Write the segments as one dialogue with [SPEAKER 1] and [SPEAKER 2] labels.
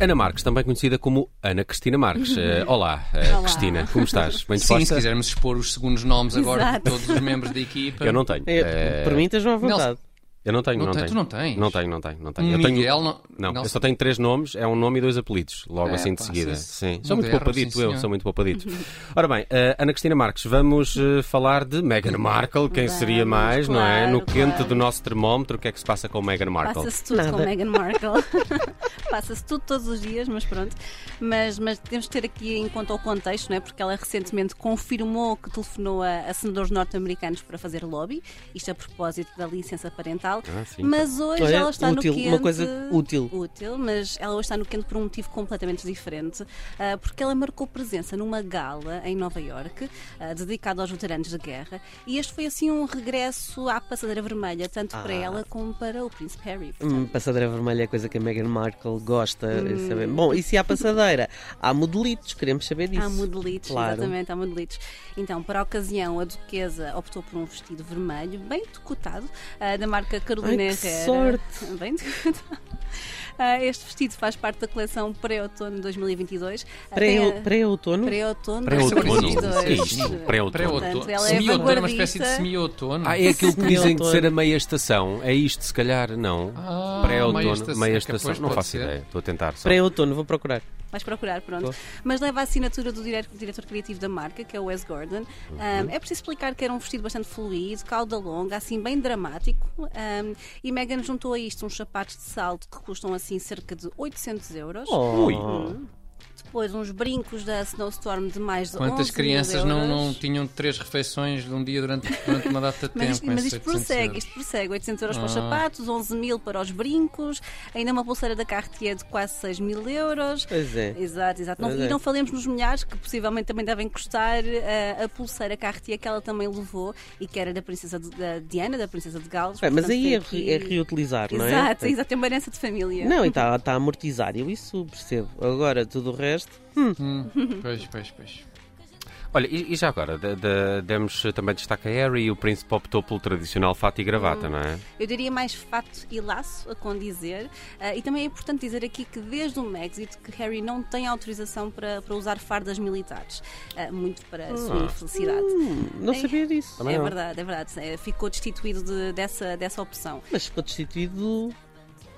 [SPEAKER 1] Ana Marques, também conhecida como Ana Cristina Marques. Eh, olá, eh,
[SPEAKER 2] Uhum. Olá.
[SPEAKER 1] Cristina, como estás? Bem
[SPEAKER 3] Sim, se
[SPEAKER 1] disposta?
[SPEAKER 3] quisermos expor os segundos nomes agora
[SPEAKER 2] Exato.
[SPEAKER 3] de todos os membros da equipa.
[SPEAKER 1] Eu não tenho. Eh,
[SPEAKER 4] É, Por mim, estejam à vontade.
[SPEAKER 1] Eu não tenho,
[SPEAKER 3] Não
[SPEAKER 1] não,
[SPEAKER 3] tem-
[SPEAKER 1] tenho.
[SPEAKER 3] tu não tens?
[SPEAKER 1] Não tenho, não tenho, não tenho.
[SPEAKER 3] Um
[SPEAKER 1] eu tenho...
[SPEAKER 3] Miguel não-
[SPEAKER 1] Não,
[SPEAKER 3] não-
[SPEAKER 1] eu só tenho três nomes, é um nome e dois apelidos, logo
[SPEAKER 3] É,
[SPEAKER 1] assim de
[SPEAKER 3] pá,
[SPEAKER 1] seguida.
[SPEAKER 3] sim,
[SPEAKER 1] Sim.
[SPEAKER 3] sim.
[SPEAKER 1] Sou muito
[SPEAKER 3] Moderno,
[SPEAKER 1] poupadito,
[SPEAKER 3] sim,
[SPEAKER 1] eu
[SPEAKER 3] senhor.
[SPEAKER 1] sou muito poupadito. Ora bem, eh, Ana Cristina Marques, vamos eh, falar de Meghan Markle, quem
[SPEAKER 2] Vamos,
[SPEAKER 1] seria mais, não é? No
[SPEAKER 2] claro,
[SPEAKER 1] quente
[SPEAKER 2] claro.
[SPEAKER 1] do nosso termómetro, o que é que se passa com Meghan Markle?
[SPEAKER 2] Passa-se tudo com
[SPEAKER 4] Nada.
[SPEAKER 2] Meghan Markle. Passa-se tudo todos os dias, mas pronto. Mas, mas temos de ter aqui em conta o contexto, não é? Porque ela recentemente confirmou que telefonou a, a senadores norte-americanos para fazer lobby, isto a propósito da licença parental.
[SPEAKER 1] Ah, sim.
[SPEAKER 2] mas hoje
[SPEAKER 4] Olha,
[SPEAKER 2] ela está
[SPEAKER 4] Então é útil,
[SPEAKER 2] no quente.
[SPEAKER 4] uma coisa útil.
[SPEAKER 2] Útil, mas ela hoje está no quente por um motivo completamente diferente, ah, porque ela marcou presença numa gala em Nova Iorque, ah, dedicada aos veteranos de guerra, e este foi assim um regresso à passadeira vermelha, tanto para ela como para o Príncipe Harry. portanto.
[SPEAKER 4] Ah. Hum, passadeira vermelha é coisa que a Meghan Markle gosta.
[SPEAKER 2] Hum.
[SPEAKER 4] de saber. Bom, e se há passadeira? Há modelitos, queremos saber disso.
[SPEAKER 2] Há modelitos,
[SPEAKER 4] Claro.
[SPEAKER 2] exatamente, há modelitos. Então, para a ocasião, a duquesa optou por um vestido vermelho, bem decotado, ah, da marca Carolina
[SPEAKER 4] Ai, que
[SPEAKER 2] Herrera.
[SPEAKER 4] sorte!
[SPEAKER 2] Bem decotado. Ah, este vestido faz parte da coleção pré-outono 2022. Ah, tem
[SPEAKER 4] Pré-
[SPEAKER 2] a-
[SPEAKER 3] Hum?
[SPEAKER 4] Pré-outono?
[SPEAKER 2] Pré-outono
[SPEAKER 1] Pré-outono?
[SPEAKER 2] 2022.
[SPEAKER 1] O que é isto? Pré-outono.
[SPEAKER 2] Portanto,
[SPEAKER 3] Pré-outono.
[SPEAKER 2] ela é
[SPEAKER 3] Semi-outono, uma
[SPEAKER 2] vanguardista.
[SPEAKER 3] espécie de semi-outono.
[SPEAKER 1] Ah, é aquilo que
[SPEAKER 4] Sim.
[SPEAKER 1] dizem de
[SPEAKER 4] Outono.
[SPEAKER 1] ser a meia estação. É isto, se calhar, não.
[SPEAKER 3] Ah, meia
[SPEAKER 1] Pré-outono,
[SPEAKER 3] estação.
[SPEAKER 1] meia estação.
[SPEAKER 3] Pois,
[SPEAKER 1] Não
[SPEAKER 3] pode
[SPEAKER 1] faço
[SPEAKER 3] ser.
[SPEAKER 1] ideia, estou a tentar. só.
[SPEAKER 4] Pré-outono, vou procurar.
[SPEAKER 2] Vais procurar, pronto. Mas leva a assinatura do dire- diretor criativo da marca, que é o Wes Gordon.
[SPEAKER 3] Uhum.
[SPEAKER 2] Um, é preciso explicar que era um vestido bastante fluido, cauda longa, assim bem dramático. Um, e Megan juntou a isto uns sapatos de salto que custam assim cerca de 800 euros.
[SPEAKER 4] Oh.
[SPEAKER 1] Ui.
[SPEAKER 3] Ah.
[SPEAKER 2] Depois uns brincos da Snowstorm de mais de
[SPEAKER 3] Quantas
[SPEAKER 2] 11 mil
[SPEAKER 3] crianças não,
[SPEAKER 2] euros.
[SPEAKER 3] não tinham três refeições de um dia durante, durante uma data de
[SPEAKER 2] Mas,
[SPEAKER 3] tempo? É
[SPEAKER 2] isto- mas
[SPEAKER 3] esses
[SPEAKER 2] isto
[SPEAKER 3] 800
[SPEAKER 2] prossegue,
[SPEAKER 3] euros?
[SPEAKER 2] isto prossegue. 800 euros para os
[SPEAKER 3] Ah.
[SPEAKER 2] sapatos, 11 mil para os brincos, ainda uma pulseira da Cartier de quase 6 mil euros.
[SPEAKER 4] Pois é.
[SPEAKER 2] Exato, exato. Não,
[SPEAKER 4] Pois
[SPEAKER 2] e
[SPEAKER 4] é.
[SPEAKER 2] não falemos nos milhares que possivelmente também devem custar eh, a pulseira Cartier que ela também levou e que era da princesa de- da Diana, da princesa de Gales.
[SPEAKER 4] Bem, mas
[SPEAKER 2] Portanto,
[SPEAKER 4] aí
[SPEAKER 2] tem
[SPEAKER 4] é,
[SPEAKER 2] aqui-
[SPEAKER 4] re- é reutilizar, não é?
[SPEAKER 2] Exato,
[SPEAKER 4] Tem-
[SPEAKER 2] exato, é uma herança de família.
[SPEAKER 4] Não, e está tá a amortizar, eu isso percebo. Agora, tudo o resto.
[SPEAKER 3] Hum, pois, pois, pois.
[SPEAKER 1] Olha, e, e já agora, de- de- demos também destaque a Harry e o príncipe optou pelo tradicional fato e gravata,
[SPEAKER 4] Hum.
[SPEAKER 1] não é?
[SPEAKER 2] Eu diria mais fato e laço a condizer. Ah, e também é importante dizer aqui que desde o Brexit que Harry não tem autorização para, para usar fardas militares. Ah, muito para a sua infelicidade.
[SPEAKER 4] Hum, não
[SPEAKER 2] Ei.
[SPEAKER 4] sabia disso.
[SPEAKER 1] Também
[SPEAKER 2] é
[SPEAKER 1] não.
[SPEAKER 2] verdade, é verdade. Eh, Ficou destituído de- dessa, dessa opção.
[SPEAKER 4] É, Mas ficou destituído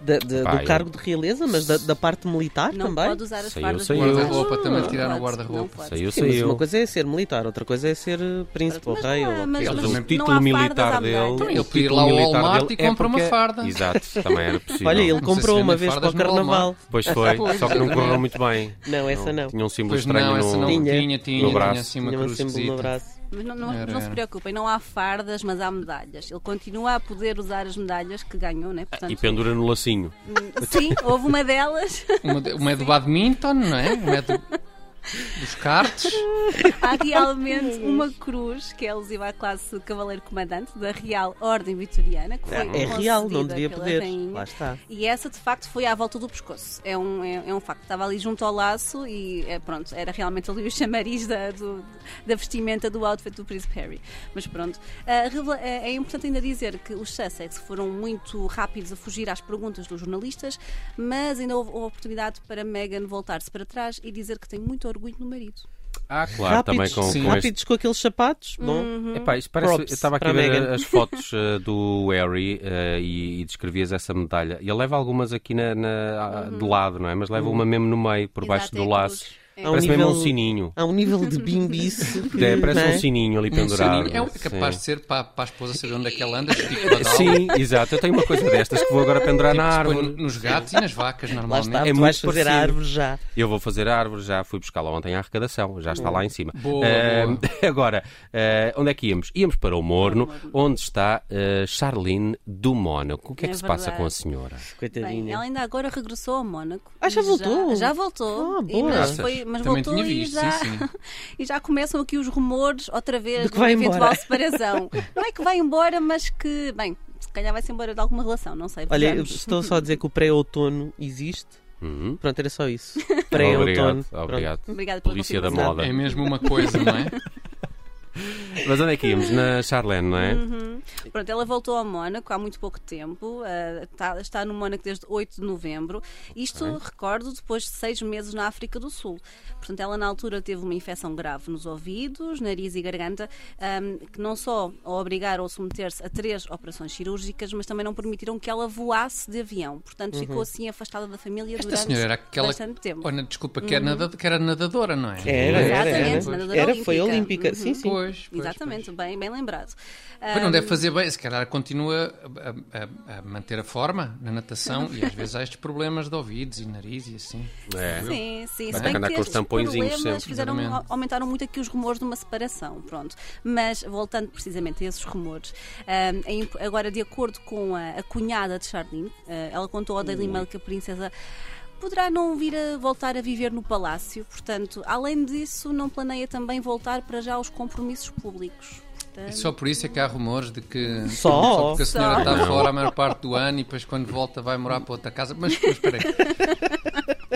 [SPEAKER 4] da- da-
[SPEAKER 1] Pá, eu-
[SPEAKER 4] do cargo de realeza, mas da, da parte militar
[SPEAKER 2] Não
[SPEAKER 4] também.
[SPEAKER 2] pode usar as
[SPEAKER 1] Saiu,
[SPEAKER 2] fardas
[SPEAKER 1] saiu.
[SPEAKER 2] militares.
[SPEAKER 3] Guarda-roupa, também
[SPEAKER 2] Não
[SPEAKER 3] tiraram o
[SPEAKER 2] pode,
[SPEAKER 3] guarda-roupa.
[SPEAKER 2] não pode.
[SPEAKER 1] Saiu,
[SPEAKER 4] Sim, mas
[SPEAKER 1] saiu.
[SPEAKER 4] uma coisa é ser militar, outra coisa é ser eh, príncipe ou
[SPEAKER 2] Mas
[SPEAKER 4] rei
[SPEAKER 2] não
[SPEAKER 4] ou
[SPEAKER 2] há-
[SPEAKER 4] o que
[SPEAKER 2] mas-
[SPEAKER 4] é.
[SPEAKER 1] Eles,
[SPEAKER 2] mas
[SPEAKER 1] o
[SPEAKER 2] não
[SPEAKER 1] título
[SPEAKER 2] há
[SPEAKER 1] militar
[SPEAKER 2] fardas à
[SPEAKER 1] dele.
[SPEAKER 2] medida.
[SPEAKER 1] o
[SPEAKER 2] Ele
[SPEAKER 3] podia ir
[SPEAKER 1] título
[SPEAKER 3] Então, lá ao
[SPEAKER 1] militar
[SPEAKER 3] Walmart
[SPEAKER 1] dele é
[SPEAKER 3] e compra uma farda.
[SPEAKER 1] Exato, também era possível.
[SPEAKER 4] Olha, ele
[SPEAKER 3] sei
[SPEAKER 4] comprou
[SPEAKER 3] se vendem
[SPEAKER 4] uma vez para
[SPEAKER 3] fardas
[SPEAKER 4] o
[SPEAKER 3] no
[SPEAKER 4] carnaval.
[SPEAKER 1] Pois foi,
[SPEAKER 3] Pois,
[SPEAKER 1] só que não
[SPEAKER 3] exatamente.
[SPEAKER 1] correu muito bem.
[SPEAKER 4] Não, essa não.
[SPEAKER 1] Tinha um símbolo
[SPEAKER 3] Pois
[SPEAKER 1] estranho
[SPEAKER 3] não, essa
[SPEAKER 1] no...
[SPEAKER 3] não
[SPEAKER 4] Tinha.
[SPEAKER 3] tinha, tinha,
[SPEAKER 1] No
[SPEAKER 3] tinha
[SPEAKER 1] braço.
[SPEAKER 3] assim uma
[SPEAKER 4] Tinha um
[SPEAKER 3] cruz
[SPEAKER 4] símbolo no
[SPEAKER 3] esquisita.
[SPEAKER 4] braço.
[SPEAKER 2] Mas não, não-
[SPEAKER 3] Era,
[SPEAKER 2] não se
[SPEAKER 3] era.
[SPEAKER 2] preocupem, não há fardas, mas há medalhas. Ele continua a poder usar as medalhas que ganhou, né? Portanto,
[SPEAKER 1] Ah, E pendura no lacinho.
[SPEAKER 2] sim, houve uma delas.
[SPEAKER 3] Uma, de- uma é do badminton, não é? Uma é do, dos cartes.
[SPEAKER 2] Há realmente uma cruz que é alusiva à classe Cavaleiro Comandante da Real Ordem Vitoriana, que foi
[SPEAKER 4] É real, não
[SPEAKER 2] concedida
[SPEAKER 4] devia
[SPEAKER 2] pela
[SPEAKER 4] poder.
[SPEAKER 2] rainha.
[SPEAKER 4] Lá está.
[SPEAKER 2] E essa de facto foi à volta do pescoço. É um, é, é um facto. Estava ali junto ao laço e é, pronto, era realmente ali o chamariz da, do- da vestimenta do outfit do Príncipe Harry. Mas pronto. Ah, revela- é é importante ainda dizer que os Sussex foram muito rápidos a fugir às perguntas dos jornalistas, mas ainda houve houve oportunidade para Meghan voltar-se para trás e dizer que tem muito orgulho no marido.
[SPEAKER 3] Ah,
[SPEAKER 1] Claro, também
[SPEAKER 4] rápidos,
[SPEAKER 1] com,
[SPEAKER 3] sim.
[SPEAKER 1] com este
[SPEAKER 4] rápidos com aqueles sapatos.
[SPEAKER 2] Uhum.
[SPEAKER 4] Bom,
[SPEAKER 1] Epá, isto parece, eu
[SPEAKER 4] Props
[SPEAKER 1] estava aqui a
[SPEAKER 4] para
[SPEAKER 1] ver
[SPEAKER 4] Meghan.
[SPEAKER 1] as fotos eh, do Harry eh, e, e descrevias essa medalha. Ele leva algumas aqui na, na- de lado, não é? Mas leva uma mesmo no meio, por baixo
[SPEAKER 2] Uhum. Exato, é
[SPEAKER 1] do
[SPEAKER 2] a
[SPEAKER 1] laço.
[SPEAKER 2] cruz. É.
[SPEAKER 4] Há um
[SPEAKER 1] Parece mesmo um
[SPEAKER 4] nível-
[SPEAKER 1] sininho.
[SPEAKER 4] há um nível de bimbice. que,
[SPEAKER 1] É, parece
[SPEAKER 4] não é?
[SPEAKER 1] um sininho ali
[SPEAKER 3] Uhum. Um
[SPEAKER 1] pendurado.
[SPEAKER 3] sininho. É um- é capaz de
[SPEAKER 1] Sim.
[SPEAKER 3] ser para, para a esposa saber onde é que ela anda. Tipo, badal,
[SPEAKER 1] Sim, exato. Eu tenho uma coisa destas que vou agora pendurar
[SPEAKER 3] tipo,
[SPEAKER 1] na
[SPEAKER 3] que se põe
[SPEAKER 1] árvore.
[SPEAKER 3] Nos gatos e nas vacas,
[SPEAKER 4] Lá
[SPEAKER 3] normalmente.
[SPEAKER 4] está,
[SPEAKER 1] É
[SPEAKER 4] tu
[SPEAKER 1] muito
[SPEAKER 4] vais fazer a
[SPEAKER 1] parecido.
[SPEAKER 4] árvore já.
[SPEAKER 1] Eu vou fazer a árvore, já fui buscá-la ontem à arrecadação, já está lá em cima.
[SPEAKER 3] Boa,
[SPEAKER 1] Eh,
[SPEAKER 3] boa.
[SPEAKER 1] Agora, eh, onde é que íamos? Íamos para o Morno, onde está eh, Charlene do Mónaco. O que é,
[SPEAKER 2] É
[SPEAKER 1] que se passa
[SPEAKER 2] verdade.
[SPEAKER 1] com a senhora?
[SPEAKER 2] Bem,
[SPEAKER 4] Coitadinha.
[SPEAKER 2] é ela ainda agora regressou a Mónaco.
[SPEAKER 4] né? Ah, já
[SPEAKER 2] E
[SPEAKER 4] voltou?
[SPEAKER 2] Já, voltou.
[SPEAKER 4] Ah,
[SPEAKER 2] E,
[SPEAKER 4] boa.
[SPEAKER 2] mas foi, e- mas
[SPEAKER 3] Também
[SPEAKER 2] voltou
[SPEAKER 3] tinha
[SPEAKER 2] e
[SPEAKER 3] visto,
[SPEAKER 2] já,
[SPEAKER 3] sim, sim.
[SPEAKER 2] e já começam aqui os rumores outra vez
[SPEAKER 4] De que vai
[SPEAKER 2] eventual
[SPEAKER 4] embora.
[SPEAKER 2] separação. Não é que vai embora, mas que, bem, se calhar vai-se embora de alguma relação, não sei.
[SPEAKER 4] Olha, eu
[SPEAKER 2] vejamos.
[SPEAKER 4] estou só a dizer que o pré-outono existe.
[SPEAKER 1] Uhum.
[SPEAKER 4] Pronto, era só isso.
[SPEAKER 1] Obrigado,
[SPEAKER 4] Pré-outono.
[SPEAKER 1] obrigado.
[SPEAKER 2] Obrigada pela
[SPEAKER 1] Polícia da
[SPEAKER 2] confirmação.
[SPEAKER 1] moda.
[SPEAKER 3] É mesmo uma coisa, não é?
[SPEAKER 1] Mas onde é que íamos? Na Charlene, não é?
[SPEAKER 2] Uhum. Pronto, ela voltou ao Mónaco há muito pouco tempo, ah, tá- está no Mónaco desde 8 de novembro. Isto, recordo, depois de seis meses na África do Sul. Portanto, ela na altura teve uma infecção grave nos ouvidos, nariz e garganta, ahm, que não só a obrigaram a submeter-se a três operações cirúrgicas, mas também não permitiram que ela voasse de avião. Portanto, ficou assim afastada da família
[SPEAKER 3] Uhum. Esta
[SPEAKER 2] durante
[SPEAKER 3] senhora era aquela.
[SPEAKER 2] bastante tempo. Uhum.
[SPEAKER 3] Oh, na- desculpa, que era, nada- que era nadadora, não é?
[SPEAKER 4] Era, era, era.
[SPEAKER 2] Exatamente, nadadora
[SPEAKER 4] era, foi
[SPEAKER 2] olímpica.
[SPEAKER 4] olímpica. Sim, sim.
[SPEAKER 3] Pois, pois,
[SPEAKER 2] Exatamente, Um, bem, bem lembrado.
[SPEAKER 3] Pois não deve fazer bem, se calhar continua a, a- a manter a forma na natação e às vezes há estes problemas de ouvidos e nariz e assim.
[SPEAKER 1] É.
[SPEAKER 2] Sim, sim.
[SPEAKER 1] Vai
[SPEAKER 2] se
[SPEAKER 1] ter
[SPEAKER 2] bem
[SPEAKER 1] que andar
[SPEAKER 2] que
[SPEAKER 1] com os
[SPEAKER 2] estes
[SPEAKER 1] tampõezinhos
[SPEAKER 2] problemas
[SPEAKER 1] sempre.
[SPEAKER 2] Fizeram,
[SPEAKER 3] Exatamente.
[SPEAKER 2] aumentaram muito aqui os rumores de uma separação, pronto. Mas, voltando precisamente a esses rumores, ahm, é imp- agora, de acordo com a, a cunhada de Charlene, ah, ela contou ao
[SPEAKER 1] Hum.
[SPEAKER 2] Daily Mail que a princesa poderá não vir a voltar a viver no palácio, portanto, além disso, não planeia também voltar para já aos compromissos públicos.
[SPEAKER 3] E
[SPEAKER 2] Portanto,
[SPEAKER 3] só por isso é que há rumores de que.
[SPEAKER 4] Só?
[SPEAKER 3] porque a senhora
[SPEAKER 2] Só.
[SPEAKER 3] está
[SPEAKER 1] Não.
[SPEAKER 3] fora a maior parte do ano e depois quando volta vai morar para outra casa. Mas, mas espera aí.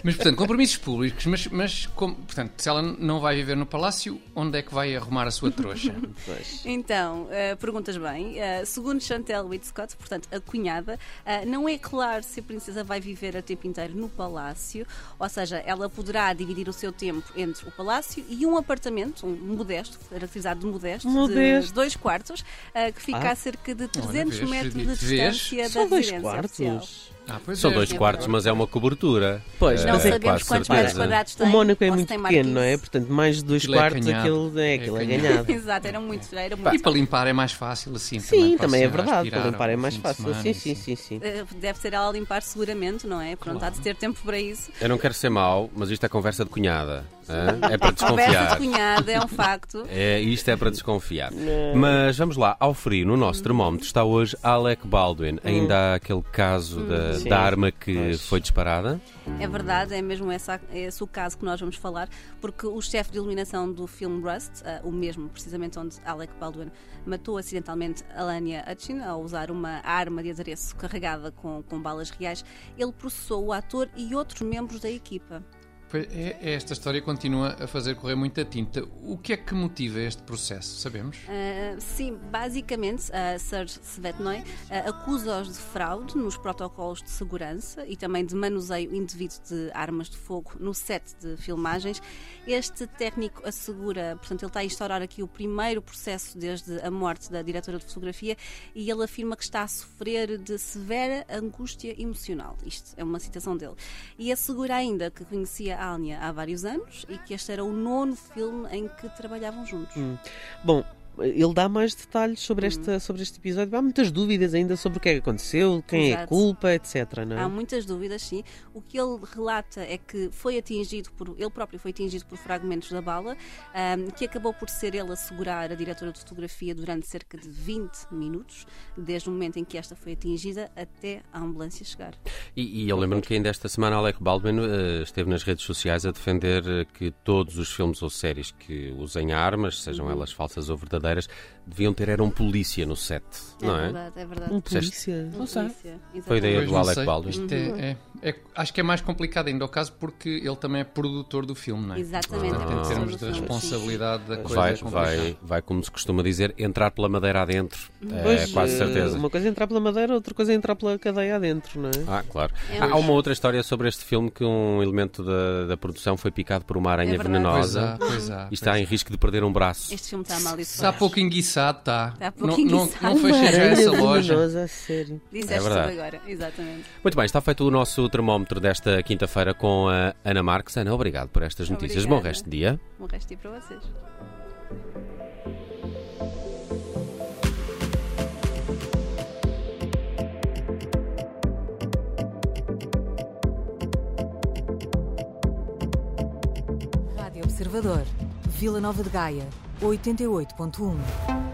[SPEAKER 3] Mas portanto, compromissos públicos, mas, mas como- portanto, se ela não vai viver no palácio, onde é que vai arrumar a sua trouxa?
[SPEAKER 4] Pois.
[SPEAKER 2] Então, eh, perguntas bem. Eh, segundo Chantel Whitcott, portanto, a cunhada, eh, não é claro se a princesa vai viver a tempo inteiro no palácio, ou seja, ela poderá dividir o seu tempo entre o palácio e um apartamento, um modesto, caracterizado de modesto, de
[SPEAKER 4] Modesto.
[SPEAKER 2] dois quartos, eh, que fica
[SPEAKER 4] Ah.
[SPEAKER 2] a cerca de 300
[SPEAKER 3] vês,
[SPEAKER 2] metros de
[SPEAKER 3] vês?
[SPEAKER 2] distância da
[SPEAKER 4] São dois
[SPEAKER 2] residência oficial.
[SPEAKER 4] quartos.
[SPEAKER 3] Ah, pois
[SPEAKER 1] São
[SPEAKER 3] é.
[SPEAKER 1] dois quartos, mas é uma cobertura.
[SPEAKER 4] Pois,
[SPEAKER 1] Eh,
[SPEAKER 2] Não
[SPEAKER 4] mas é que
[SPEAKER 2] sabemos
[SPEAKER 1] quase
[SPEAKER 2] quantos
[SPEAKER 1] certeza.
[SPEAKER 2] metros quadrados
[SPEAKER 4] O
[SPEAKER 2] tem.
[SPEAKER 4] Mónaco é
[SPEAKER 2] ou se
[SPEAKER 4] muito
[SPEAKER 2] tem
[SPEAKER 4] pequeno, não é?
[SPEAKER 2] marquise.
[SPEAKER 4] Portanto, mais de dois
[SPEAKER 3] Aquilo é
[SPEAKER 4] quartos,
[SPEAKER 3] acanhado.
[SPEAKER 4] aquilo é,
[SPEAKER 3] É
[SPEAKER 4] aquilo é
[SPEAKER 3] acanhado.
[SPEAKER 4] ganhado.
[SPEAKER 2] Exato, era muito, era muito
[SPEAKER 3] E para limpar é mais fácil assim
[SPEAKER 4] Sim,
[SPEAKER 3] para
[SPEAKER 4] também é
[SPEAKER 3] se
[SPEAKER 4] verdade. Para
[SPEAKER 3] aspirar
[SPEAKER 4] limpar é
[SPEAKER 3] ao
[SPEAKER 4] mais
[SPEAKER 3] fim de
[SPEAKER 4] fácil.
[SPEAKER 3] semana,
[SPEAKER 4] Sim,
[SPEAKER 3] assim.
[SPEAKER 4] sim, sim, sim.
[SPEAKER 2] Eh, Deve ser ela a limpar seguramente, não é? Pronto, há de ter tempo para isso.
[SPEAKER 1] Eu não quero ser mau, mas isto é conversa de cunhada. hã? É para
[SPEAKER 2] Conversa de
[SPEAKER 1] desconfiar.
[SPEAKER 2] cunhada, é um facto.
[SPEAKER 1] É, isto é para desconfiar. Mas vamos lá, ao frio, no nosso termómetro está hoje Alec Baldwin. Ainda há aquele caso
[SPEAKER 2] Hum,
[SPEAKER 1] da,
[SPEAKER 4] Sim.
[SPEAKER 1] da arma que
[SPEAKER 4] Pois.
[SPEAKER 1] foi disparada.
[SPEAKER 2] É verdade, é mesmo essa- esse o caso que nós vamos falar, porque o chefe de iluminação do filme Rust, ah, o mesmo precisamente onde Alec Baldwin matou acidentalmente Alania Hutchin ao usar uma arma de adereço carregada com, com balas reais, ele processou o ator e outros membros da equipa.
[SPEAKER 3] Pois é, Esta história continua a fazer correr muita tinta. O que é que motiva este processo? Sabemos?
[SPEAKER 2] Ah, sim, basicamente, a Serge Svetnoy ah, acusa-os de fraude nos protocolos de segurança e também de manuseio indevido de armas de fogo no set de filmagens. Este técnico assegura, portanto, ele está a instaurar aqui o primeiro processo desde a morte da diretora de fotografia e ele afirma que está a sofrer de severa angústia emocional. Isto é uma citação dele. E assegura ainda que conhecia a Alnia há vários anos e que este era o nono filme em que trabalhavam juntos.
[SPEAKER 4] Bom, ele dá mais detalhes sobre,
[SPEAKER 2] Hum.
[SPEAKER 4] esta, sobre este episódio. Há muitas dúvidas ainda sobre o que é que aconteceu, quem é a
[SPEAKER 2] Exato.
[SPEAKER 4] culpa, etc. Não é?
[SPEAKER 2] Há muitas dúvidas, sim. O que ele relata é que foi atingido por. Ele próprio foi atingido por fragmentos da bala, ahm, que acabou por ser ele a segurar a diretora de fotografia durante cerca de 20 minutos, desde o momento em que esta foi atingida até a ambulância chegar.
[SPEAKER 1] E, e eu lembro-me que ainda esta semana Alec Baldwin eh, esteve nas redes sociais a defender eh, que todos os filmes ou séries que usem armas,
[SPEAKER 2] Uhum.
[SPEAKER 1] sejam elas falsas ou verdadeiras, deviam ter era um polícia no set, não é?
[SPEAKER 2] verdade, é verdade.
[SPEAKER 4] Um polícia.
[SPEAKER 2] Não
[SPEAKER 1] sei.
[SPEAKER 2] Exatamente.
[SPEAKER 1] Foi a ideia
[SPEAKER 3] Pois
[SPEAKER 1] do
[SPEAKER 3] não
[SPEAKER 1] Alec
[SPEAKER 3] sei.
[SPEAKER 1] Baldwin.
[SPEAKER 3] Isto é- é- é- acho que é mais complicado ainda o caso porque ele também é produtor do filme, não é?
[SPEAKER 1] Ah.
[SPEAKER 2] Exatamente, é
[SPEAKER 3] Portanto, em
[SPEAKER 2] produtor
[SPEAKER 3] termos
[SPEAKER 2] do
[SPEAKER 3] de
[SPEAKER 2] filme, sim.
[SPEAKER 3] responsabilidade da coisa
[SPEAKER 1] Vai,
[SPEAKER 3] é complicado.
[SPEAKER 1] vai, vai, como se costuma dizer, entrar pela madeira adentro.
[SPEAKER 2] Uhum.
[SPEAKER 4] Pois,
[SPEAKER 1] é quase
[SPEAKER 4] eh,
[SPEAKER 1] certeza.
[SPEAKER 4] Uma coisa é entrar pela madeira, outra coisa é entrar pela cadeia adentro, não é?
[SPEAKER 1] Ah, claro.
[SPEAKER 2] É
[SPEAKER 1] Há
[SPEAKER 2] hoje.
[SPEAKER 1] uma outra história sobre este filme que um elemento da, da produção foi picado por uma aranha
[SPEAKER 2] É verdade.
[SPEAKER 3] Pois
[SPEAKER 1] venenosa
[SPEAKER 3] há, pois é. há.
[SPEAKER 1] e está em risco de perder um braço.
[SPEAKER 2] Este filme está mal
[SPEAKER 3] Está pouco enguiçado, está.
[SPEAKER 2] Está pouco
[SPEAKER 3] Não, não,
[SPEAKER 2] enguiçado.
[SPEAKER 3] não fechem Ah, já é essa
[SPEAKER 4] Maravilha,
[SPEAKER 3] loja.
[SPEAKER 4] luminosa, a sério.
[SPEAKER 2] Disseste
[SPEAKER 1] É
[SPEAKER 2] tudo
[SPEAKER 1] verdade.
[SPEAKER 2] agora, exatamente.
[SPEAKER 1] Muito bem, está feito o nosso termómetro desta quinta-feira com a Ana Marques. Ana, obrigado por estas notícias. Bom
[SPEAKER 2] Obrigada.
[SPEAKER 1] resto de dia.
[SPEAKER 2] O resto é para vocês.
[SPEAKER 5] Rádio Observador, Vila Nova de Gaia, 88.1.